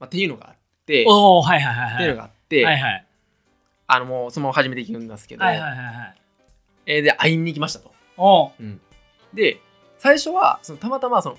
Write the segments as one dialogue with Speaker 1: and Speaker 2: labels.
Speaker 1: まあ、っていうのがあって、っ
Speaker 2: おおはいはいはいは
Speaker 1: て
Speaker 2: い
Speaker 1: いうのがあって、
Speaker 2: はいはい
Speaker 1: あのもうそのまま始めていくんですけど、
Speaker 2: はいはいはいはい
Speaker 1: えーで会いに行きましたと。
Speaker 2: おう
Speaker 1: で最初はそのたまたまその、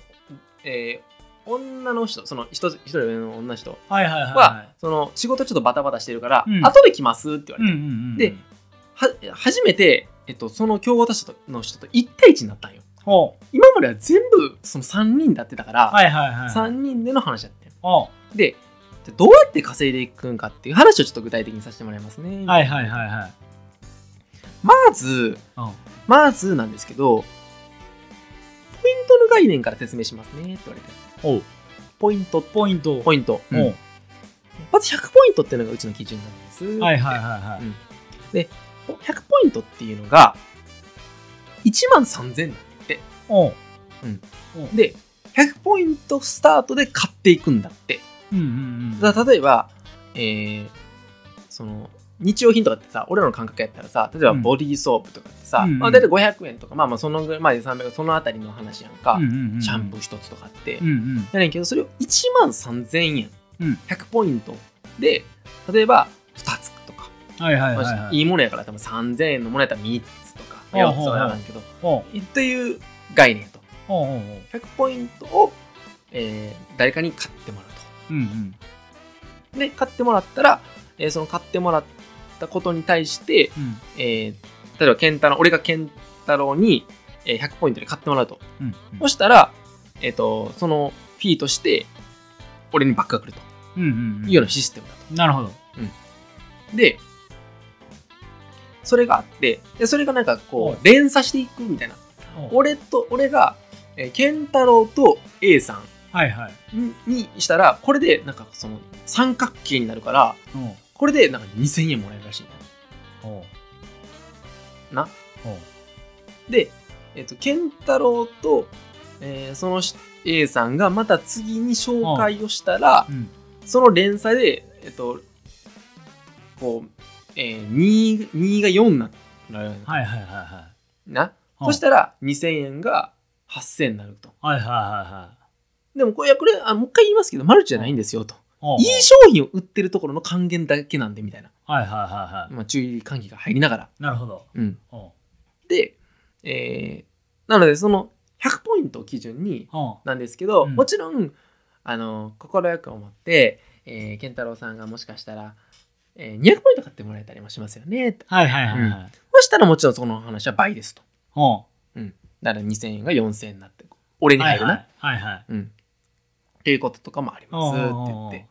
Speaker 1: えー女の人その一つ一人上の女の人は、
Speaker 2: はいはいはいは
Speaker 1: その仕事ちょっとバタバタしてるから、
Speaker 2: うん
Speaker 1: 後で来ますって言
Speaker 2: いうん
Speaker 1: わ
Speaker 2: う
Speaker 1: れて、
Speaker 2: んうん
Speaker 1: では初めて、えっと、その競合他社の人と1対1になったんよ
Speaker 2: おう
Speaker 1: 今までは全部その3人だってたから、
Speaker 2: はいはいはい
Speaker 1: 3人での話だったよ
Speaker 2: おう
Speaker 1: でじゃあどうやって稼いでいくんかっていう話をちょっと具体的にさせてもらいますね、
Speaker 2: はいはいはいはい
Speaker 1: まず
Speaker 2: うん
Speaker 1: まずなんですけどポイントの概念から説明しますねって言われて
Speaker 2: おう
Speaker 1: ポイント
Speaker 2: ポイント
Speaker 1: ポイント、
Speaker 2: おう
Speaker 1: まず100ポイントっていうのがうちの基準なんです、
Speaker 2: はいはいはいは
Speaker 1: うん100ポイントっていうのが1万3000なんで
Speaker 2: いおう
Speaker 1: で100ポイントスタートで買っていくんだって
Speaker 2: うんうんうん
Speaker 1: だから例えば、えーその日用品とかってさ俺らの感覚やったらさ例えば
Speaker 2: うん
Speaker 1: ボディーソープとかってさ、
Speaker 2: うんうん
Speaker 1: まあ、大体500円とかまあまあそのぐらいまあ300そのあたりの話やんか、シャンプ
Speaker 2: ー
Speaker 1: ー一つとかって、
Speaker 2: うんうん
Speaker 1: やねんけどそれを1万3000円、
Speaker 2: うん
Speaker 1: 100ポイントで例えば2つとか、
Speaker 2: はいはいはい
Speaker 1: まあ
Speaker 2: はい
Speaker 1: いものやから多分3000円のものやったら3つとか
Speaker 2: ほうほ
Speaker 1: 4
Speaker 2: うほう
Speaker 1: つとかなんけど
Speaker 2: おう
Speaker 1: という概念と
Speaker 2: おうおうおう
Speaker 1: 100ポイントを、えー誰かに買ってもらうと。
Speaker 2: うんうん
Speaker 1: で買ってもらったら、えーその買ってもらったことに対して、
Speaker 2: うん
Speaker 1: えー例えば健太郎俺が健太郎に、えー100ポイントで買ってもらうと、
Speaker 2: うん
Speaker 1: そしたら、えー、とそのフィーとして俺にバックが来ると
Speaker 2: うんうんうん
Speaker 1: いうようなシステムだと
Speaker 2: なるほど
Speaker 1: でそれがあってでそれがなんかこ
Speaker 2: おう
Speaker 1: う連鎖していくみたいな
Speaker 2: おう
Speaker 1: 俺と俺が、えー、健太郎と A さ
Speaker 2: はいはい
Speaker 1: んにしたらこれでなんかその三角形になるから
Speaker 2: おう
Speaker 1: これでなんか2000円もらえるらしいんだよ
Speaker 2: おう
Speaker 1: な
Speaker 2: おう
Speaker 1: で、えっと健太郎と、えーそのし A さんがまた次に紹介をしたら、
Speaker 2: うん
Speaker 1: その連載で、えっとこう、えー、2, 2が4になる
Speaker 2: はいはいはいはい
Speaker 1: な、
Speaker 2: うん
Speaker 1: そしたら2000円が8000円になると
Speaker 2: はいはいはいはい
Speaker 1: でもこれいやこれあもう一回言いますけどマルチじゃないんですよと、
Speaker 2: おう
Speaker 1: いい商品を売ってるところの還元だけなんでみたいな、
Speaker 2: はいはいはいはい
Speaker 1: まあ、注意喚起が入りながら、
Speaker 2: なるほど
Speaker 1: うん、
Speaker 2: おう
Speaker 1: で、えーなのでその100ポイントを基準に、
Speaker 2: おう
Speaker 1: なんですけど、
Speaker 2: うん
Speaker 1: もちろんあの快く思って、えー、健太郎さんがもしかしたら、えー200ポイント買ってもらえたりもしますよねと
Speaker 2: はいはいはいはい
Speaker 1: そしたらもちろんその話は倍ですと
Speaker 2: おう
Speaker 1: だから2000円が4000円になって俺に
Speaker 2: はい
Speaker 1: 入
Speaker 2: は
Speaker 1: る
Speaker 2: い
Speaker 1: な、
Speaker 2: はいはい
Speaker 1: うん、っていうこととかもありますって言っ
Speaker 2: おうおうおう
Speaker 1: て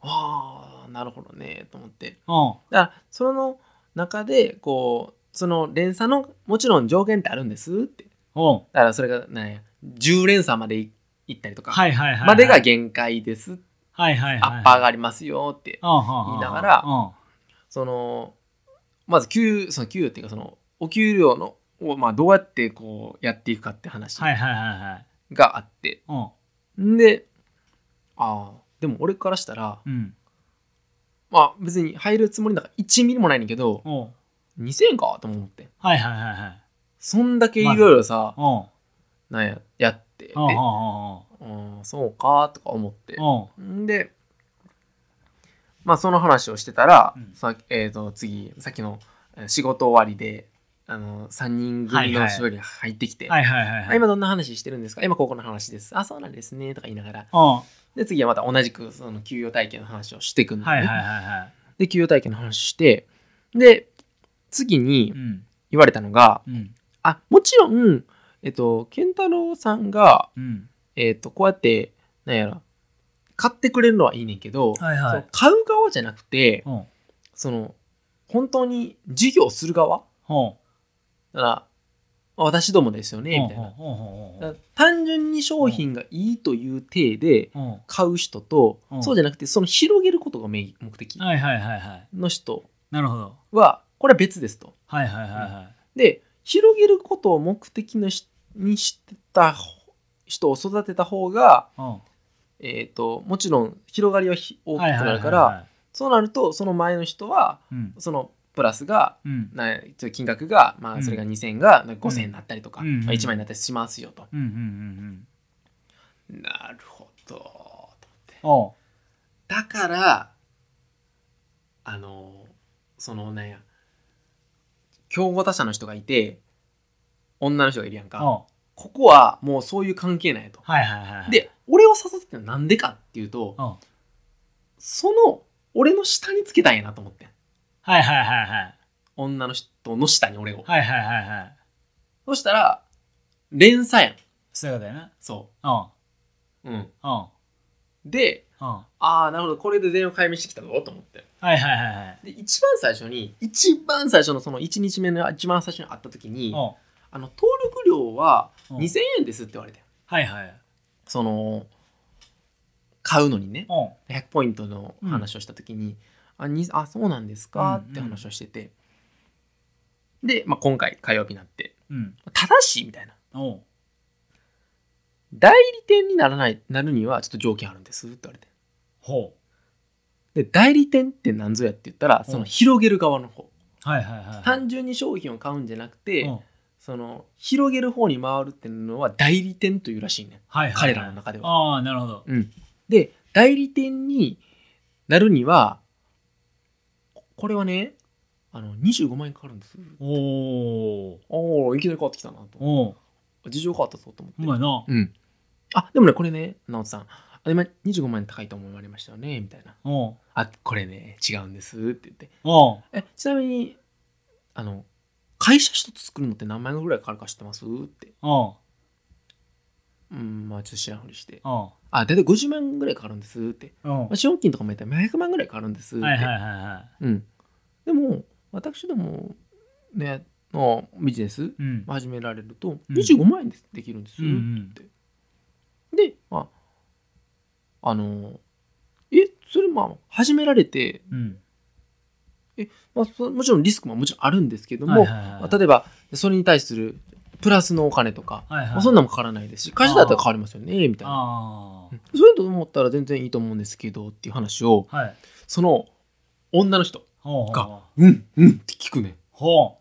Speaker 1: ああなるほどねと思って
Speaker 2: おう
Speaker 1: だからその中でこうその連鎖のもちろん上限ってあるんですって
Speaker 2: おう
Speaker 1: だからそれがなんや10連鎖までい行ったりとか、
Speaker 2: はいはいはいはい
Speaker 1: までが限界ですって
Speaker 2: はいはいはい
Speaker 1: アッパーがありますよって、
Speaker 2: 言
Speaker 1: 言いながら
Speaker 2: おう
Speaker 1: そのまず給その給与っていうかそのお給料のをまあどうやってこうやっていくかって話
Speaker 2: はいはいはいはい
Speaker 1: があって、
Speaker 2: おうん
Speaker 1: でああでも俺からしたら
Speaker 2: うん
Speaker 1: まあ別に入るつもりなんか1ミリもないねんだけど
Speaker 2: おう
Speaker 1: 2000円かとも思って
Speaker 2: はいはいはいはい
Speaker 1: そんだけいろいろさ、
Speaker 2: おう
Speaker 1: なんややってで
Speaker 2: おうおう
Speaker 1: うんそうかとか思って
Speaker 2: おうん
Speaker 1: でまあその話をしてたら、
Speaker 2: うん
Speaker 1: さえー、と次さっきのえー仕事終わりであの3人組の人に入ってきて、
Speaker 2: はいはいはいは
Speaker 1: あ
Speaker 2: い
Speaker 1: 今どんな話してるんですか今ここの話ですあそうなんですねとか言いながら
Speaker 2: おう
Speaker 1: で次はまた同じくその給与体験の話をしていくんだ
Speaker 2: は
Speaker 1: よ
Speaker 2: い
Speaker 1: ね
Speaker 2: はいはいは
Speaker 1: で給与体験の話してで次
Speaker 2: い
Speaker 1: に
Speaker 2: うん
Speaker 1: 言われたのが、
Speaker 2: うん
Speaker 1: あもちろんえっと健太郎さんが
Speaker 2: うん
Speaker 1: えっとこうやってなんやら買ってくれるのはいいねんけど、
Speaker 2: はい
Speaker 1: そ
Speaker 2: は
Speaker 1: の
Speaker 2: い
Speaker 1: 買う側じゃなくて、
Speaker 2: おう
Speaker 1: その本当に事業する側
Speaker 2: おう
Speaker 1: だから私どもですよね
Speaker 2: お
Speaker 1: み
Speaker 2: う
Speaker 1: たいな
Speaker 2: おうおうおう
Speaker 1: だから単純に商品がいいという体で
Speaker 2: おう
Speaker 1: 買う人と
Speaker 2: うん
Speaker 1: そうじゃなくてその広げることがメイン目的
Speaker 2: はいはいはいはい
Speaker 1: の人
Speaker 2: なるほど
Speaker 1: はこれは別ですと。
Speaker 2: はいはいはいはい
Speaker 1: で広げることを目的のしにしてたほ人を育てた方が、
Speaker 2: おう
Speaker 1: えー、ともちろん広がりはひ大きくなるか
Speaker 2: はいはいはい
Speaker 1: ら
Speaker 2: はい
Speaker 1: そうなるとその前の人は
Speaker 2: うん
Speaker 1: そのプラスが
Speaker 2: うん
Speaker 1: なちょっと金額が、ま
Speaker 2: う
Speaker 1: あ、
Speaker 2: ん
Speaker 1: それが2000円がなんか5000円になったりとか、
Speaker 2: うん
Speaker 1: まあ、1万円になったりしますよと。
Speaker 2: うんうんうんうん
Speaker 1: なるほど。
Speaker 2: おう
Speaker 1: だからあのそのなんや競合他社の人がいて女の人がいるやんか、
Speaker 2: おう
Speaker 1: ここはもうそういう関係ないと、
Speaker 2: はいはいはいはい。、
Speaker 1: で俺を誘ってたのなんでかっていうと、
Speaker 2: おう
Speaker 1: その俺の下につけたんやなと思ってん
Speaker 2: はいはいはいはい。
Speaker 1: 女の人の下に俺を、
Speaker 2: はいはいはいはい。
Speaker 1: そしたら連鎖やん
Speaker 2: そういうことやな。
Speaker 1: そ
Speaker 2: お
Speaker 1: う
Speaker 2: う
Speaker 1: うん
Speaker 2: おう
Speaker 1: で
Speaker 2: おうは
Speaker 1: ああなるほどこれで全容解明してきたぞと思って
Speaker 2: いはいはいはい。
Speaker 1: で一番最初に一番最初のその1日目の一番最初に会った時に
Speaker 2: おう
Speaker 1: あの登録料は
Speaker 2: おう
Speaker 1: 2000円ですって言われて
Speaker 2: はいはい。
Speaker 1: その買うのにね
Speaker 2: おう
Speaker 1: 100ポイントの話をした時に「あにあそうなんですか」
Speaker 2: うん
Speaker 1: って話をしてて、で、まあ、今回火曜日になって
Speaker 2: うん。
Speaker 1: 「正しい」みたいな
Speaker 2: おう
Speaker 1: 「代理店にならないなるにはちょっと条件あるんです」って言われて
Speaker 2: ほ
Speaker 1: で代理店って何ぞやって言ったらその広げる側の方
Speaker 2: う。はいはいはいはい。
Speaker 1: 単純に商品を買うんじゃなくて、
Speaker 2: うん
Speaker 1: その広げる方に回るっていうのは代理店というらしいね
Speaker 2: はいはいは
Speaker 1: 彼
Speaker 2: い
Speaker 1: らの中では
Speaker 2: ああ、なるほど。
Speaker 1: で代理店になるにはここれはねあの25万円かかるんです
Speaker 2: おー
Speaker 1: おおいきなり変わってきたなと
Speaker 2: おう
Speaker 1: 事情変わったぞと思って
Speaker 2: ほんまやな。
Speaker 1: うんあでもねこれね直人さんあ今25万円高いと思われましたよねみたいな
Speaker 2: おう
Speaker 1: あこれね違うんですって言って
Speaker 2: おう
Speaker 1: えちなみにあの会社一つ作るのって何万円ぐらいかかるか知ってますって
Speaker 2: おう
Speaker 1: うんまあちょっと知らんふりして
Speaker 2: おう
Speaker 1: あ大体50万円ぐらいかかるんですって
Speaker 2: おう
Speaker 1: まあ資本金とかもやったら700万ぐらいかかるんですって、
Speaker 2: はいはいはいは
Speaker 1: うん、でも私どもねのビジネス
Speaker 2: い。うん。
Speaker 1: 始められると
Speaker 2: うん
Speaker 1: 25万円でできるんです、
Speaker 2: うんうん。
Speaker 1: で、まあ、あのえそれまあ始められて、
Speaker 2: うん。
Speaker 1: まあ、そもちろんリスクももちろんあるんですけども、
Speaker 2: はいはい
Speaker 1: ま
Speaker 2: はい
Speaker 1: あ例えばそれに対するプラスのお金とか、
Speaker 2: はい
Speaker 1: ま
Speaker 2: は
Speaker 1: あ、
Speaker 2: い。
Speaker 1: そんなんもかからないですし会社だったら変わりますよねみたいな
Speaker 2: あ
Speaker 1: うんそういうのと思ったら全然いいと思うんですけどっていう話を
Speaker 2: あ。はい。
Speaker 1: その女の人
Speaker 2: ほうほうほう。
Speaker 1: うんうんって聞くね
Speaker 2: ほ。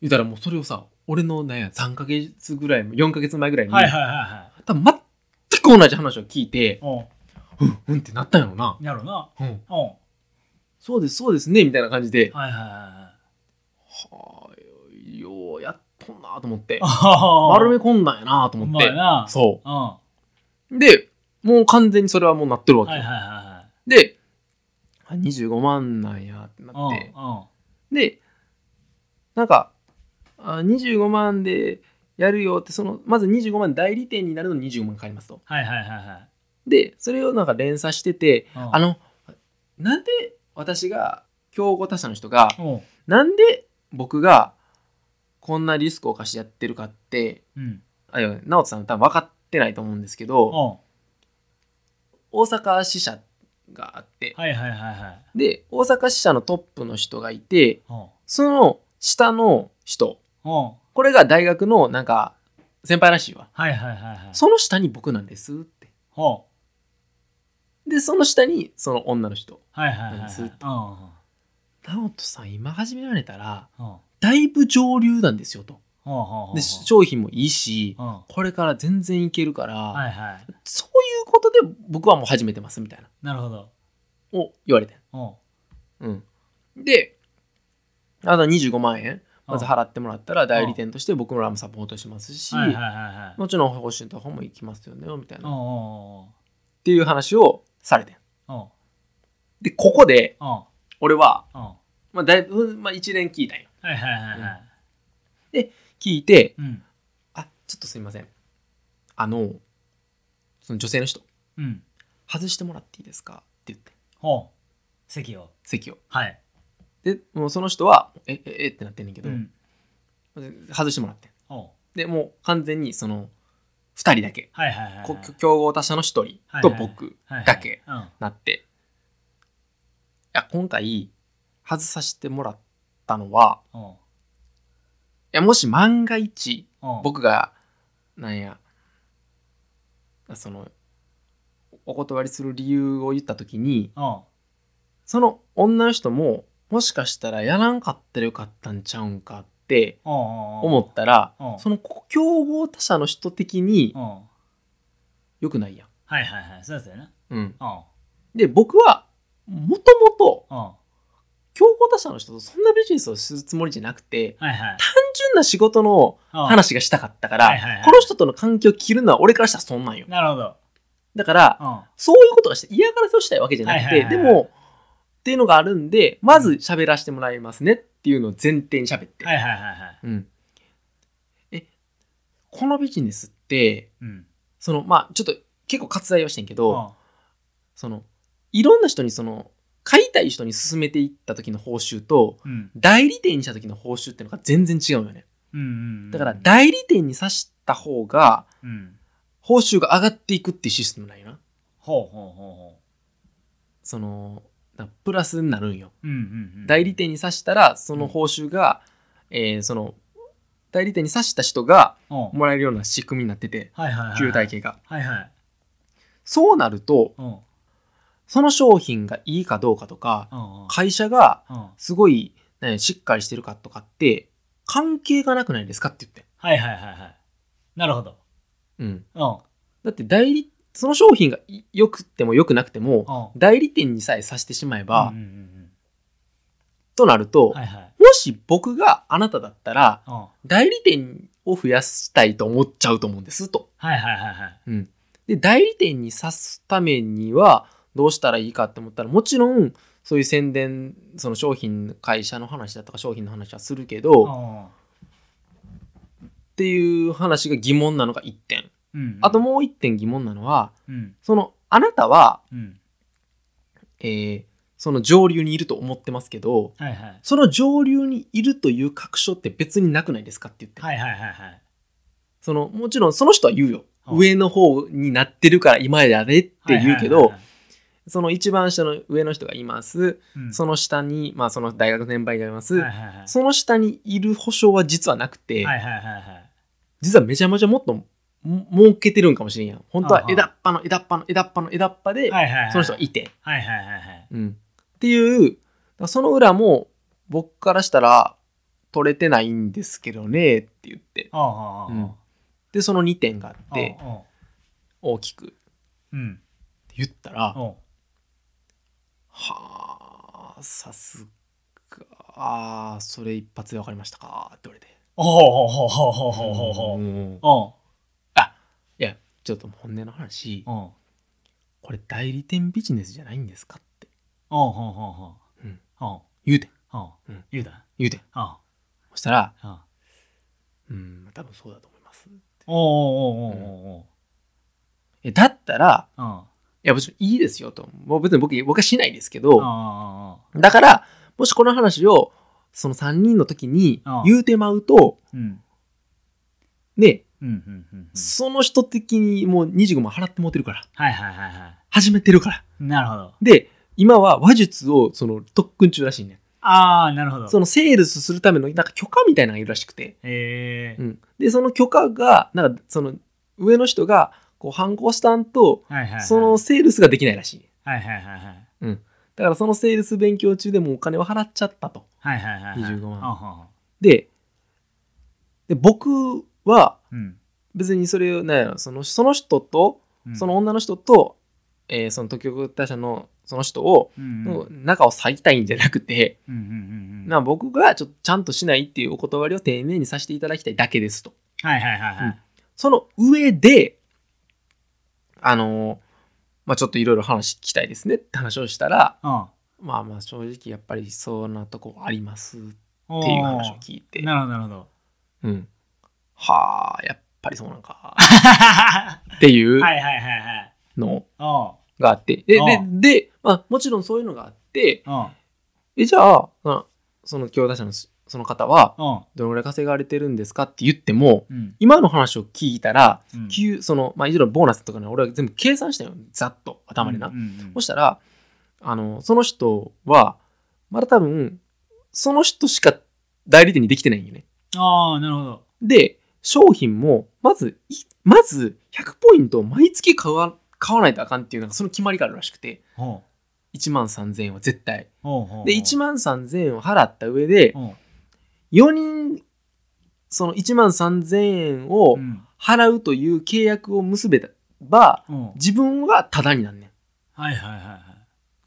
Speaker 1: 言ったらもうそれをさ俺のね3ヶ月ぐらい4ヶ月前ぐらいうに、
Speaker 2: はいはいはいは
Speaker 1: 多分全く同じ話を聞いて
Speaker 2: い。お
Speaker 1: うんうんってなったんやろな
Speaker 2: う。、なるほどな。
Speaker 1: うん、
Speaker 2: おう。
Speaker 1: そうですそうですねみたいな感じで
Speaker 2: はいはいはいはい。
Speaker 1: はあようやっとんなと思って
Speaker 2: ああ。
Speaker 1: 丸め込んだんやなと
Speaker 2: ほん
Speaker 1: 思っ
Speaker 2: ま
Speaker 1: て
Speaker 2: やな。
Speaker 1: そ
Speaker 2: うん。は
Speaker 1: うでもう完全にそれはもうなってるわ
Speaker 2: い
Speaker 1: け
Speaker 2: は
Speaker 1: よ、
Speaker 2: いはいはい。
Speaker 1: であ25万なんやってな
Speaker 2: うん
Speaker 1: って
Speaker 2: うん。
Speaker 1: でなんかあ25万でやるよってそのまず25万代理店になるのに25万かかりますと
Speaker 2: はいはいはいはい。
Speaker 1: でそれをなんか連鎖しててあ
Speaker 2: あ、
Speaker 1: のなんで私が競合他社の人が
Speaker 2: おう。
Speaker 1: なんで僕がこんなリスクを貸しやってるかって
Speaker 2: うん。
Speaker 1: あいや直人さん多分分かってないと思うんですけど
Speaker 2: おう。
Speaker 1: 大阪支社があって、
Speaker 2: はいはいはいはい。
Speaker 1: で大阪支社のトップの人がいて
Speaker 2: おう。
Speaker 1: その下の人
Speaker 2: おう。
Speaker 1: これが大学のなんか先輩らしいわ
Speaker 2: はいはいはいはい。
Speaker 1: その下に僕なんですって
Speaker 2: おう。
Speaker 1: でその下にその女の人
Speaker 2: はいはいはい
Speaker 1: なん
Speaker 2: はい。
Speaker 1: ですって
Speaker 2: うん。
Speaker 1: 直人さん今始められたら
Speaker 2: うんうん
Speaker 1: だいぶ上流なんですよと
Speaker 2: ほうほうほう
Speaker 1: で商品もいいし
Speaker 2: うん。は
Speaker 1: これから全然いけるから、
Speaker 2: いはい。
Speaker 1: そういうことで僕はもう始めてますみたいな
Speaker 2: なるほど。
Speaker 1: を言われてん
Speaker 2: うん。
Speaker 1: うんであと25万円まず払ってもらったら代理店として僕らもサポートしますし、
Speaker 2: はいはいはいはい。
Speaker 1: もちろん報酬と方も行きますよねみたい
Speaker 2: お
Speaker 1: な
Speaker 2: う
Speaker 1: っ
Speaker 2: おう
Speaker 1: ていう話をされてん
Speaker 2: おう。
Speaker 1: でここで
Speaker 2: おう。
Speaker 1: 俺は、
Speaker 2: おう。おう。
Speaker 1: まあ、だいぶ、まあ、一連聞いたんよ
Speaker 2: はいはいはいはい。
Speaker 1: 聞いて
Speaker 2: うん。
Speaker 1: あちょっとすいませんあのその女性の人
Speaker 2: うん。
Speaker 1: 外してもらっていいですかって言って
Speaker 2: ほう。席を。
Speaker 1: 席を
Speaker 2: はい。
Speaker 1: でもうその人はえええってなってんねんけど、
Speaker 2: うん。
Speaker 1: 外してもらってん
Speaker 2: おう。
Speaker 1: でもう完全にその2人だけ、
Speaker 2: はいはいはいはい。
Speaker 1: こ競合他社の1人と僕
Speaker 2: はいはい
Speaker 1: だけ。
Speaker 2: うん。
Speaker 1: なって、いや今回外させてもらったのは
Speaker 2: おう。
Speaker 1: いやもし万が一
Speaker 2: おう。
Speaker 1: 僕がなんやそのお断りする理由を言った時に
Speaker 2: おう。
Speaker 1: その女の人ももしかしたらやらんかったらよかったんちゃうんかって
Speaker 2: おうおうおう。
Speaker 1: 思ったら
Speaker 2: うん
Speaker 1: その競合他社の人的に
Speaker 2: おう。
Speaker 1: 良くないやん。
Speaker 2: はいはいはい。そうですよね。
Speaker 1: うん、
Speaker 2: おう。
Speaker 1: で、僕は、もともと、
Speaker 2: うんは
Speaker 1: 競合他社の人とそんなビジネスをするつもりじゃなくて、
Speaker 2: いはい
Speaker 1: 単純な仕事の
Speaker 2: うん
Speaker 1: 話がしたかったか
Speaker 2: はいはいは
Speaker 1: ら
Speaker 2: い、
Speaker 1: この人との関係を切るのは俺からしたらそんなんよ。
Speaker 2: なるほど
Speaker 1: だから
Speaker 2: う、んは
Speaker 1: そういうことがして嫌がらせをしたいわけじゃなく
Speaker 2: は
Speaker 1: て、
Speaker 2: いはいはい
Speaker 1: で
Speaker 2: はい
Speaker 1: も、っていうのがあるんで、まず喋らせてもらいますねっていうのを前提に喋って。
Speaker 2: いはいはいはい
Speaker 1: うん。え、このビジネスって、
Speaker 2: うん
Speaker 1: その、まあ、ちょっと結構割愛はしてんけ
Speaker 2: う
Speaker 1: ど、
Speaker 2: ん
Speaker 1: その、いろんな人にその、買いたい人に勧めていった時の報酬と、
Speaker 2: うん
Speaker 1: 代理店にした時の報酬っていうのが全然違うよね。
Speaker 2: うんうん
Speaker 1: だから、代理店にさした方が、
Speaker 2: うん
Speaker 1: 報酬が上がっていくっていうシステムなんよな。
Speaker 2: ほうほうほうほ
Speaker 1: その、だプラスになるんよ。
Speaker 2: ううんうんうん
Speaker 1: 代理店に刺したらその報酬が、えーその代理店に刺した人が
Speaker 2: うんはい
Speaker 1: もらえるような仕組みになってて
Speaker 2: はいはい
Speaker 1: 給与体系が
Speaker 2: はいはい
Speaker 1: そうなると
Speaker 2: うんうん
Speaker 1: その商品がいいかどうかとか
Speaker 2: うん
Speaker 1: 会社が
Speaker 2: うん
Speaker 1: すごい、ね、しっかりしてるかとかって関係がなくないですかって言って
Speaker 2: はいはいはいはいなるほど
Speaker 1: うん
Speaker 2: う
Speaker 1: だって代理その商品がい良くても良くなくても
Speaker 2: んうん
Speaker 1: 代理店にさえ刺してしまえば、
Speaker 2: うんうんうん
Speaker 1: となる
Speaker 2: う
Speaker 1: と、
Speaker 2: んはいはい
Speaker 1: もし僕があなただったら
Speaker 2: うんは
Speaker 1: 代理店を増やしたいと思っちゃうと思うんですと。
Speaker 2: いはいはいはい
Speaker 1: で代理店に刺すためにはどうしたらいいかって思ったらもちろんそういう宣伝その商品会社の話だとか商品の話はするけど、
Speaker 2: う
Speaker 1: っ
Speaker 2: ん
Speaker 1: ていう話が疑問なのが1点
Speaker 2: うんうん
Speaker 1: あともう1点疑問なのは
Speaker 2: うん
Speaker 1: そのあなたは、
Speaker 2: うん
Speaker 1: えーその上流にいると思ってますけど
Speaker 2: はいはい
Speaker 1: その上流にいるという確証って別になくないですかって言って、
Speaker 2: はいはいはいはい
Speaker 1: そのもちろんその人は言うよ、
Speaker 2: うん
Speaker 1: 上の方になってるから今やでって言うけど、
Speaker 2: はいはいはいはい
Speaker 1: その一番下の上の人がいます
Speaker 2: うん
Speaker 1: その下に、まあ、その大学年配がいます、
Speaker 2: はいはいはい
Speaker 1: その下にいる保証は実はなくて、
Speaker 2: はいはいはいはい
Speaker 1: 実はめちゃめちゃもっとも儲けてるんかもしれんやん本当
Speaker 2: あ
Speaker 1: は
Speaker 2: は
Speaker 1: 枝っぱの枝っぱの枝っぱの枝っぱで、
Speaker 2: はいはいはい
Speaker 1: その人がいて、
Speaker 2: はいはいはいはい
Speaker 1: うん、っていうだからその裏も僕からしたら取れてないんですけどねって言って
Speaker 2: ああああ
Speaker 1: うんでその2点があって
Speaker 2: ああああ
Speaker 1: 大きくって
Speaker 2: うん
Speaker 1: 言ったら
Speaker 2: おう
Speaker 1: はあさすがそれ一発で分かりましたかって言われて。
Speaker 2: おうおうおうおうおうおうおう
Speaker 1: うん
Speaker 2: おう
Speaker 1: いやちょっと本音の話
Speaker 2: おう
Speaker 1: これ代理店ビジネスじゃないんですかって
Speaker 2: おうおうおうお
Speaker 1: う
Speaker 2: う
Speaker 1: ん
Speaker 2: おう
Speaker 1: 言うてん
Speaker 2: お
Speaker 1: う
Speaker 2: う
Speaker 1: ん
Speaker 2: 言うだ
Speaker 1: 言うてん
Speaker 2: おう
Speaker 1: そしたら
Speaker 2: おう
Speaker 1: うん多分そうだと思います
Speaker 2: おうおうおうおうおう
Speaker 1: えだったら
Speaker 2: おうおう
Speaker 1: いや別にいいですよともう別に僕僕はしないですけど
Speaker 2: あ
Speaker 1: だからもしこの話をその3人の時に
Speaker 2: うん
Speaker 1: 言うてまうと
Speaker 2: あうん
Speaker 1: ね
Speaker 2: うんうんうんうん
Speaker 1: その人的にもう25万払ってもうてるから
Speaker 2: はいはいはいは
Speaker 1: 始めてるから
Speaker 2: いなるほど
Speaker 1: で今は話術をその特訓中らしいね
Speaker 2: ああなるほど
Speaker 1: そのセールスするためのなんか許可みたいなのがいるらしくて
Speaker 2: ええ
Speaker 1: うん、でその許可がなんかその上の人がこう反抗したんと
Speaker 2: はいはいはい
Speaker 1: そのセールスができないらしい
Speaker 2: はいはいはいはい
Speaker 1: だからそのセールス勉強中でもうお金を払っちゃったと
Speaker 2: はいはいはいはい
Speaker 1: 25万
Speaker 2: ああああ
Speaker 1: でで僕は
Speaker 2: うん
Speaker 1: 別にそれをなんやろそのその人と
Speaker 2: うん
Speaker 1: その女の人と、えーその特許他社のその人を、
Speaker 2: うんうん
Speaker 1: の仲を裂いたいんじゃなくて、
Speaker 2: うんうんうんうん
Speaker 1: な僕がちょっとちゃんとしないっていうお断りを丁寧にさせていただきたいだけですと
Speaker 2: はいはいはいはい
Speaker 1: その上で、あのーまあ、ちょっといろいろ話聞きたいですねって話をしたら、
Speaker 2: うん
Speaker 1: まあまあ正直やっぱりそうなとこありますって
Speaker 2: おー
Speaker 1: いう話を聞いて、
Speaker 2: なるほどなるほ ど
Speaker 1: うん、はあ、やっぱりそうなんかっていう
Speaker 2: はいはいはいはい
Speaker 1: の
Speaker 2: おう
Speaker 1: があって、で、
Speaker 2: あ
Speaker 1: で
Speaker 2: あ、
Speaker 1: で、まあもちろんそういうのがあって、
Speaker 2: おう
Speaker 1: え、じゃあ、まあその共同者のその方は、
Speaker 2: おう
Speaker 1: どのぐらい稼がれてるんですかって言っても、
Speaker 2: うん
Speaker 1: 今の話を聞いたら、
Speaker 2: うん
Speaker 1: 給その、まあ、いろいろボーナスとかね、俺は全部計算したよ。ざっと、頭でな。
Speaker 2: うんうんうん
Speaker 1: そしたら、あの、その人は、まだ多分、その人しか代理店にできてないんよね。
Speaker 2: ああなるほど
Speaker 1: で、商品も、まず、いまず、100ポイントを毎月買わ買わないとあかんっていう、なんかその決まりがあるらしくて、
Speaker 2: おう
Speaker 1: 1万3000円は絶対。
Speaker 2: おうおうおう
Speaker 1: で、1万3000円を払った上で、
Speaker 2: おう
Speaker 1: 4人、その1万3000円を
Speaker 2: うん
Speaker 1: 払うという契約を結べば、
Speaker 2: おう
Speaker 1: 自分はタダになんねん。
Speaker 2: はいはいはいはい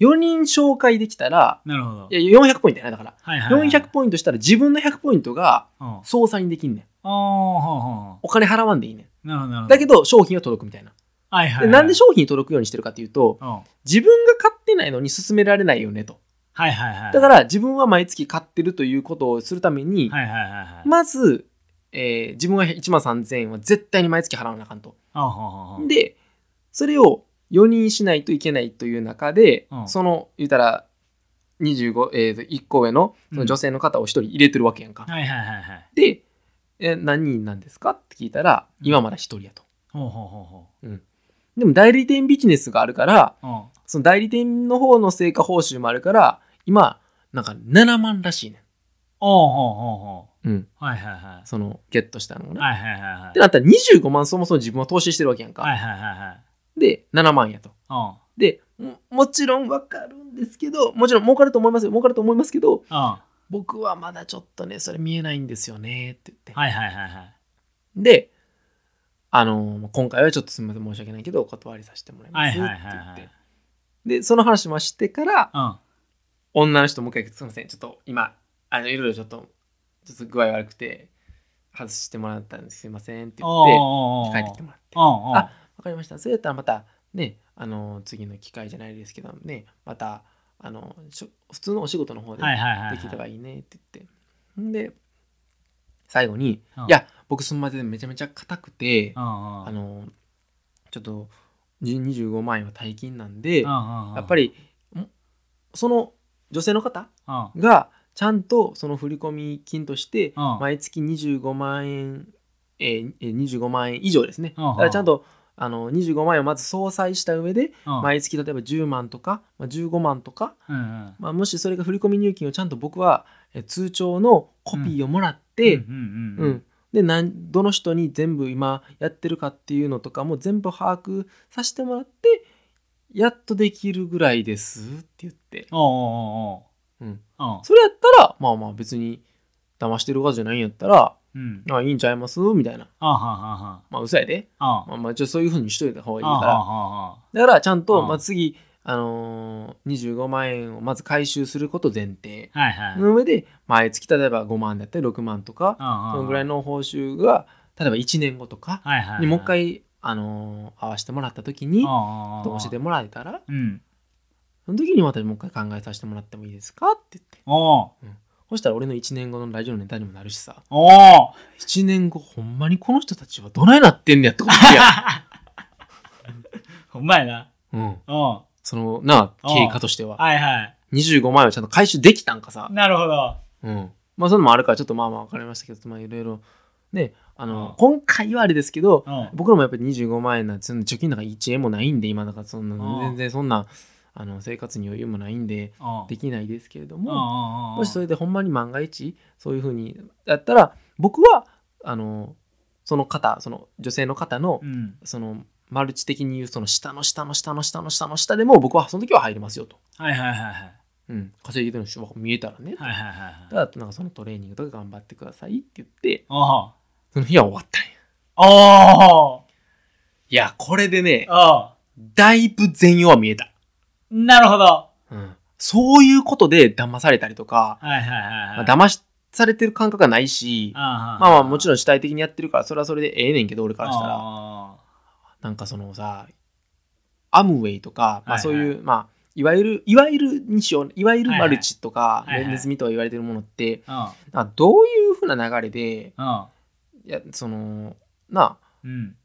Speaker 1: 4人紹介できたら、
Speaker 2: なるほど。
Speaker 1: いや400ポイントやな、だから。
Speaker 2: はいはいはい。
Speaker 1: 400ポイントしたら自分の100ポイントが
Speaker 2: うん。あ
Speaker 1: 操作にできんねん。
Speaker 2: あ、ほうほうほ
Speaker 1: お金払わんでいいね
Speaker 2: う。なるほどなるほ
Speaker 1: ん。
Speaker 2: ど。
Speaker 1: だけど商品は届くみたいな。
Speaker 2: はいはいは
Speaker 1: で
Speaker 2: い。
Speaker 1: なんで商品届くようにしてるかっていうと、
Speaker 2: うん。はい
Speaker 1: 自分が買ってないのに勧められないよねと。
Speaker 2: はいはい。
Speaker 1: だから自分は毎月買ってるということをするために、
Speaker 2: はいはいはいはい。
Speaker 1: まず、えー自分が1万3000円は絶対に毎月払わなあかんと。
Speaker 2: ああ、ほうほうほう。
Speaker 1: で、それを4人しないといけないという中で、
Speaker 2: うん
Speaker 1: その、言うたら、25、えーと、1個上のその女性の方を1人入れてるわけやんか。
Speaker 2: はいはいはいはい。
Speaker 1: で、えー何人なんですかって聞いたら、
Speaker 2: うん
Speaker 1: 今まだ1人やと。
Speaker 2: ほうほうほうほ
Speaker 1: でも代理店ビジネスがあるから、
Speaker 2: う。うん。
Speaker 1: その代理店の方の成果報酬もあるから、今、なんか7万らしいね
Speaker 2: おうほうほうほ
Speaker 1: ん。うん。
Speaker 2: う。はいはいはい。
Speaker 1: その、ゲットしたのをね。
Speaker 2: はいはいはいはい
Speaker 1: って。なったら25万そもそも自分は投資してるわけやんか。
Speaker 2: はいはいはいはい。
Speaker 1: で、7万やと。
Speaker 2: うん。
Speaker 1: で、ももちろんわかるんですけど、もちろん儲かると思いますよ。儲かると思いますけど、
Speaker 2: うん。は
Speaker 1: 僕はまだちょっとね、それ見えないんですよね、って言って。
Speaker 2: いはいはいはい。
Speaker 1: で、あのー今回はちょっとすみません、申し訳ないけど、お断りさせてもらい
Speaker 2: は
Speaker 1: ま
Speaker 2: い
Speaker 1: すって
Speaker 2: は
Speaker 1: 言
Speaker 2: い
Speaker 1: って。
Speaker 2: はいはい。
Speaker 1: で、その話もしてから、
Speaker 2: うん。
Speaker 1: 女の人もう一回、すみません、ちょっと今、あの、いろいろちょっと、ちょっと具合悪くて、外してもらったんです、すみませんって言っ
Speaker 2: おうおうおうおう
Speaker 1: て、帰ってきてもらって。
Speaker 2: うんうん。
Speaker 1: あわかりました。それやったらまたね、あの次の機会じゃないですけどね、またあのしょ普通のお仕事の方で
Speaker 2: はいはいは
Speaker 1: で
Speaker 2: い。
Speaker 1: きればいいねって言って。んで、最後に、
Speaker 2: うん
Speaker 1: いや、僕そのまでめちゃめちゃ硬くて、
Speaker 2: うんうん。
Speaker 1: あのちょっとに25万円は大金なんで、や
Speaker 2: や
Speaker 1: っぱ
Speaker 2: り、
Speaker 1: りんその女性の方
Speaker 2: うんうん
Speaker 1: がちゃんとその振込金として、
Speaker 2: うん
Speaker 1: 毎月25万円、えーえー25万円以上ですね。
Speaker 2: うんうん
Speaker 1: だからちゃんとあの25万円をまず相殺した上で、
Speaker 2: うん
Speaker 1: 毎月例えば10万とか、まあ、15万とか、
Speaker 2: うんうん
Speaker 1: まあ、もしそれが振込入金をちゃんと僕はえー通帳のコピーをもらって、
Speaker 2: うんうん
Speaker 1: う
Speaker 2: うんん
Speaker 1: でなんどの人に全部今やってるかっていうのとかも全部把握させてもらってやっとできるぐらいですって言って、
Speaker 2: おうおう
Speaker 1: うん、
Speaker 2: おうおう
Speaker 1: それやったらまあまあ別に騙してるわけじゃないんやったら
Speaker 2: うんうん
Speaker 1: あいいんちゃいますみたいな
Speaker 2: あはは
Speaker 1: まあ嘘やで
Speaker 2: は
Speaker 1: まあまあ、ちょそういうふうにしといた方がいい
Speaker 2: あは
Speaker 1: か
Speaker 2: はは
Speaker 1: ら。だから、ちゃんと、
Speaker 2: うん
Speaker 1: まあ、次、あのー、25万円をまず回収すること前提。
Speaker 2: はいはい
Speaker 1: の上で、毎月、例えば5万だったり6万とか、そ
Speaker 2: そ
Speaker 1: のぐらいの報酬が、例えば1年後とか
Speaker 2: はいはいはい
Speaker 1: にもう一回、あのー合わせてもらった時に、
Speaker 2: おうおうお
Speaker 1: ど
Speaker 2: う
Speaker 1: うしてもらえたら、
Speaker 2: うん
Speaker 1: その時にまたもう一回考えさせてもらってもいいですかって言って。
Speaker 2: おう
Speaker 1: そしたら俺の1年後のラジオのネタにもなるしさ、
Speaker 2: おう
Speaker 1: 1年後ほんまにこの人たちはどないなってんねやってことや。
Speaker 2: ほんまやな
Speaker 1: うん。
Speaker 2: おう
Speaker 1: その、なあ、経過としては。
Speaker 2: はいはい
Speaker 1: 25万円をちゃんと回収できたんかさ、
Speaker 2: なるほど
Speaker 1: うん、まあそういうのもあるからちょっとまあまあ分かりましたけどまあいろいろねあの、
Speaker 2: うん
Speaker 1: 今回はあれですけど
Speaker 2: うん
Speaker 1: 僕らもやっぱり25万円なんてその貯金なんか1円もないんで今だからそんな、
Speaker 2: うん
Speaker 1: 全然そんなあの生活に余裕もないんで
Speaker 2: おう
Speaker 1: できないですけれど
Speaker 2: おう
Speaker 1: も、
Speaker 2: おうお
Speaker 1: もしそうれでほんまに万が一そういうふうにやったら僕はあのその方その女性の方の、
Speaker 2: うん
Speaker 1: そのマルチ的に言うその下の下の下の下の下の下でも僕はその時は入りますよと、
Speaker 2: はいはいはいはい
Speaker 1: うん、稼ぎてる人は見えたらね、
Speaker 2: はいはいはいはい
Speaker 1: ただなんかそのトレーニングとか頑張ってくださいって言って
Speaker 2: おう
Speaker 1: その日は終わったんや
Speaker 2: おう
Speaker 1: いやこれでね
Speaker 2: おう
Speaker 1: だいぶ全容は見えた、
Speaker 2: なるほどは
Speaker 1: うん、そういうことで騙されたりとか、
Speaker 2: いはいはい
Speaker 1: ま
Speaker 2: はい
Speaker 1: あ、騙しされてる感覚がないし
Speaker 2: ま
Speaker 1: まあまあもちろ
Speaker 2: ろん
Speaker 1: ん主体的にやってるからそれはそれでええねんけど俺からしたら
Speaker 2: ら
Speaker 1: なんかそのさアムウェイとか、まあ、
Speaker 2: はいはい
Speaker 1: そういう、まあいわゆるいわゆるにしよういわゆるマルチとか、
Speaker 2: はいはいはいはい
Speaker 1: ネズミとは言われてるものって
Speaker 2: うん
Speaker 1: なんかどういうふうな流れで
Speaker 2: うん
Speaker 1: いやそのなあ
Speaker 2: うん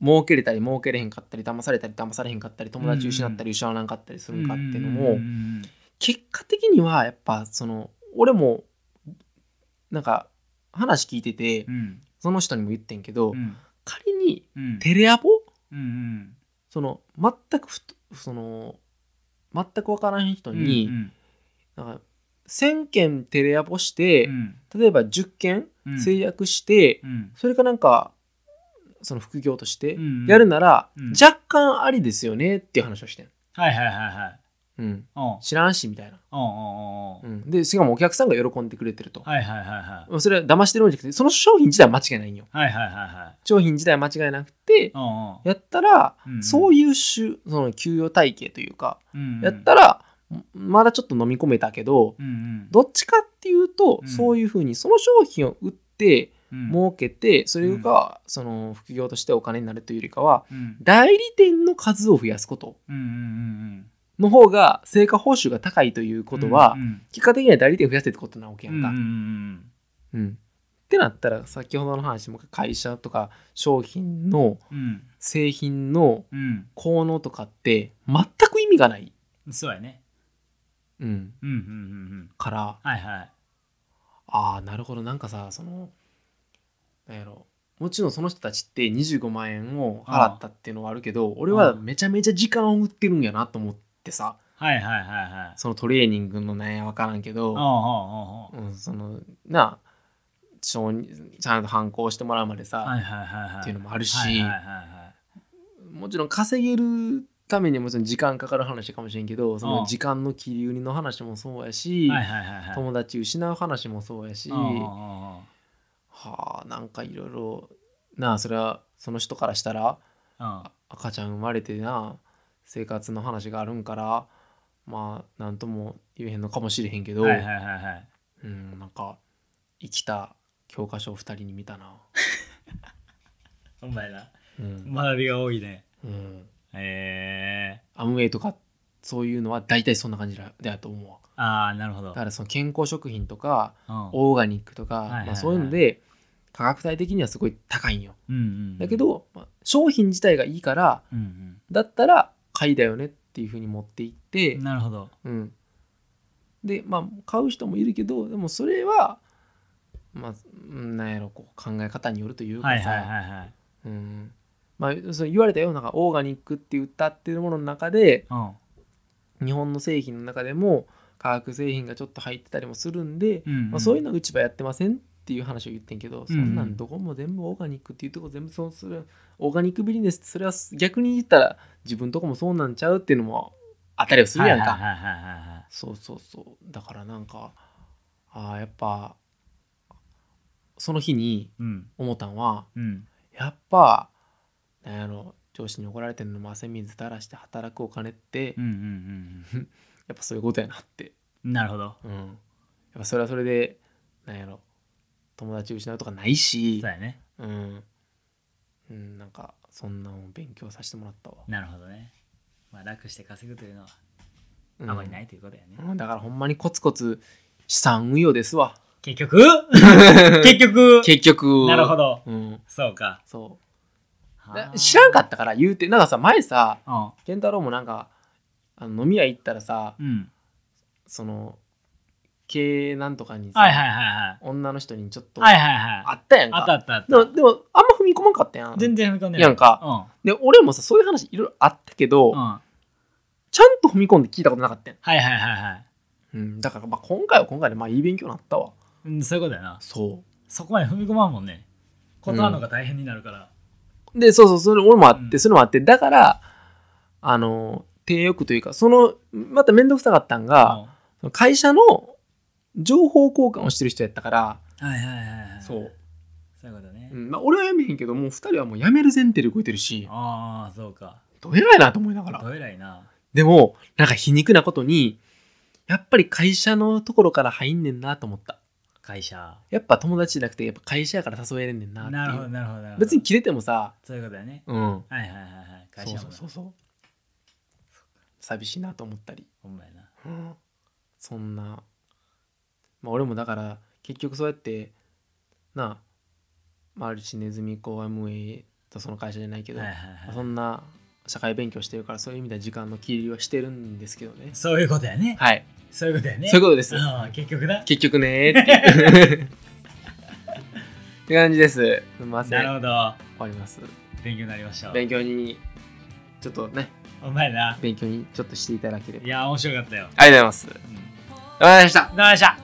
Speaker 1: 儲けれたり儲けれへんかったり騙されたり騙されへんかったり友達失ったり失わなかったりするんかっていうの
Speaker 2: う
Speaker 1: も
Speaker 2: ん
Speaker 1: 結果的にはやっぱその俺もなんか話聞いてて
Speaker 2: うん
Speaker 1: その人にも言ってんけ
Speaker 2: う
Speaker 1: ど
Speaker 2: ん
Speaker 1: 仮に
Speaker 2: うん
Speaker 1: テレアポ
Speaker 2: うんうん
Speaker 1: その全くふとその全く分からへん人
Speaker 2: うんう
Speaker 1: に
Speaker 2: ん
Speaker 1: なんか1000件テレアポして
Speaker 2: うん
Speaker 1: 例えば10件
Speaker 2: うん
Speaker 1: 制約して
Speaker 2: うん
Speaker 1: それかなんかその副業として
Speaker 2: うん
Speaker 1: やるなら
Speaker 2: うん
Speaker 1: 若干ありですよねっていう話をしてん。
Speaker 2: はいはいはいはい
Speaker 1: うん、
Speaker 2: うんうん
Speaker 1: 知らんしみたいな、
Speaker 2: うんうん
Speaker 1: うん、でしかもお客さんが喜んでくれてると、
Speaker 2: はいはいはいはい
Speaker 1: それは騙してるんじゃなくてその商品自体は間違いないんよ
Speaker 2: はいはいはいはい
Speaker 1: 商品自体は間違いなくて
Speaker 2: うん
Speaker 1: やったら、
Speaker 2: うん
Speaker 1: そういう種その給与体系というか、
Speaker 2: うん
Speaker 1: やったらまだちょっと飲み込めたけど
Speaker 2: うんうん
Speaker 1: どっちかっていうと、
Speaker 2: うん
Speaker 1: そういうふうにその商品を売って
Speaker 2: うん
Speaker 1: 儲けてそれがその副業としてお金になるというよりかは
Speaker 2: うん
Speaker 1: 代理店の数を増やすこと
Speaker 2: うんうんうん
Speaker 1: の方が成果報酬が高いということは、
Speaker 2: うんうん
Speaker 1: 結果的には代理店増やせってことなわけや
Speaker 2: うんんう
Speaker 1: か。
Speaker 2: んうん
Speaker 1: うんってなったら先ほどの話も会社とか商品の
Speaker 2: うん
Speaker 1: 製品の
Speaker 2: うん
Speaker 1: 効能とかって全く意味がない、
Speaker 2: うんそうやね
Speaker 1: うん、
Speaker 2: うんうんうんうん
Speaker 1: から
Speaker 2: はいはい
Speaker 1: ああなるほどなんかさそのなんやろもちろんその人たちって25万円を払ったっていうのはあるけど俺はめちゃめちゃ時間を売ってるんやなと思ってさ
Speaker 2: はいはいはいはい
Speaker 1: そのトレーニングの悩やわからんけ
Speaker 2: おう
Speaker 1: ど、
Speaker 2: おうおうおう
Speaker 1: うん、そのなあ承認ちゃんと反抗してもらうまでさ、
Speaker 2: はいはいはいはい
Speaker 1: っていうのもあるし
Speaker 2: はいはいはいはい
Speaker 1: もちろん稼げるためにもちろん時間かかる話かもしれんけどそうの
Speaker 2: ん
Speaker 1: 時間の切り売りの話もそうやし、
Speaker 2: はいはいはいはい
Speaker 1: 友達失う話もそうやし、
Speaker 2: おうおうおうおう
Speaker 1: はあなんかいろいろなあそれはその人からしたら
Speaker 2: うん
Speaker 1: 赤ちゃん生まれてな生活の話があるんからまあなんとも言えへんのかもしれへんけど、
Speaker 2: はいはいはいはい
Speaker 1: うんなんか生きた教科書を2人に見たな。
Speaker 2: お前な
Speaker 1: うん
Speaker 2: 学びが多いね
Speaker 1: うん、
Speaker 2: へえ
Speaker 1: アムウェイとかそういうのは大体そんな感じだだと思うわ。
Speaker 2: ああなるほど
Speaker 1: だからその健康食品とか
Speaker 2: うん
Speaker 1: オーガニックと
Speaker 2: いはい
Speaker 1: か
Speaker 2: はい
Speaker 1: まあそういうので価格帯的にはすごい高いんよ
Speaker 2: うんうん
Speaker 1: だけど、まあ商品自体がいいから
Speaker 2: うん
Speaker 1: だったら買いだよねっていうふうに持っていっ
Speaker 2: う
Speaker 1: て
Speaker 2: ん、なるほど
Speaker 1: うん、でまあ買う人もいるけどでもそれはまあうんなんやろこう考え方によるという
Speaker 2: は
Speaker 1: か
Speaker 2: いはい
Speaker 1: さ
Speaker 2: はいはい
Speaker 1: うんまあその言われたようなオーガニックって言ったってるものの中で
Speaker 2: うん
Speaker 1: 日本の製品の中でも化学製品がちょっと入ってたりもするんで、
Speaker 2: うん
Speaker 1: まあ、そういう
Speaker 2: の
Speaker 1: のうちはやってませんっていう話を言ってんけど、そんなんどこも全部オーガニックっていうとこ全部そうするオーガニックビジネスってそれは逆に言ったら自分とこもそうなんちゃうっていうのも当たりをするやんか、
Speaker 2: はいはいはいはいはい
Speaker 1: そうそうそうだからなんかあーやっぱその日に
Speaker 2: うん
Speaker 1: 思ったんは
Speaker 2: うん
Speaker 1: やっぱなんやろ上司に怒られてるのも汗水垂らして働くお金って、
Speaker 2: うんうんうん
Speaker 1: やっぱそういうことやなって
Speaker 2: うんなるほど
Speaker 1: うん、やっぱそれはそれでなんやろ友達失うとかないし
Speaker 2: そうやね
Speaker 1: うん、うん、なんかそんなのを勉強させてもらったわ、
Speaker 2: なるほどねまあ楽して稼ぐというのは
Speaker 1: うん、
Speaker 2: あまりないということやね
Speaker 1: うんだからほんまにコツコツ資産運用です わ
Speaker 2: 結局 結局
Speaker 1: 結局
Speaker 2: なるほど
Speaker 1: うん
Speaker 2: そうか
Speaker 1: そうだ知らんかったから言うてなんかさ前さ
Speaker 2: た
Speaker 1: 健太郎もなんかあの飲み屋行ったらさ
Speaker 2: うん
Speaker 1: その経営なんとかにさ、
Speaker 2: はいはいはいはい
Speaker 1: 女の人にちょっと
Speaker 2: はい
Speaker 1: あ
Speaker 2: はいはい
Speaker 1: ったやんか、
Speaker 2: あったあったあっ
Speaker 1: でも
Speaker 2: た
Speaker 1: でもあんま踏み込まんかったやん
Speaker 2: 全然踏み込んでない
Speaker 1: やんかで俺もさそういう話いろいろあったけど、
Speaker 2: うんうんはい
Speaker 1: ちゃんと踏み込んで聞いたことなかったやん
Speaker 2: はいはいはい
Speaker 1: うん、だからまあ今回は今回でまあいい勉強になったわ
Speaker 2: うんそういうことやな
Speaker 1: そ
Speaker 2: そこまで踏み込まんもんね断るのが大変になるから
Speaker 1: うでそうそうそれ俺もあって、
Speaker 2: うん
Speaker 1: それもあってだからあの低欲というかそのまた面倒くさかったんが、
Speaker 2: う
Speaker 1: その会社の情報交換をしてる人やったから、
Speaker 2: んはいはいはいはい
Speaker 1: そう、
Speaker 2: そういうことね
Speaker 1: うんまあ、俺はやめへんけどもう2人はもうやめる前提で動いてるし
Speaker 2: ああそうか
Speaker 1: どえらいなと思いながら
Speaker 2: どえらいな
Speaker 1: でもなんか皮肉なことにやっぱり会社のところから入んねんなと思った
Speaker 2: 会社
Speaker 1: やっぱ友達じゃなくてやっぱ会社やから誘えれんねんなって
Speaker 2: なるほ
Speaker 1: い
Speaker 2: ど
Speaker 1: う
Speaker 2: なるほどなるほど
Speaker 1: 別に切れてもさ
Speaker 2: そういうことやね
Speaker 1: うん
Speaker 2: はいはいはいはい会社
Speaker 1: そう
Speaker 2: もな
Speaker 1: そうそうそう寂しいなと思ったり、
Speaker 2: ほんまやな
Speaker 1: そんな、まあ、俺もだから結局そうやってなあマルチネズミコアムウェイとその会社じゃないけど、
Speaker 2: はいはい
Speaker 1: まあ
Speaker 2: は
Speaker 1: そんな社会勉強してるからそういう意味では時間の切りはしてるんですけどね
Speaker 2: いそういうことやね
Speaker 1: はい、
Speaker 2: そういうことやね
Speaker 1: そういうことです
Speaker 2: ああ結局だ
Speaker 1: 結局ねーっていう って感じですすみません
Speaker 2: なる
Speaker 1: 終
Speaker 2: ほど
Speaker 1: わります
Speaker 2: 勉強になりました
Speaker 1: 勉強にちょっとね
Speaker 2: お前な
Speaker 1: 勉強にちょっとしていただければ
Speaker 2: いや面白かった
Speaker 1: あ
Speaker 2: よ
Speaker 1: りがとうございます
Speaker 2: うん
Speaker 1: わかりました
Speaker 2: どうでした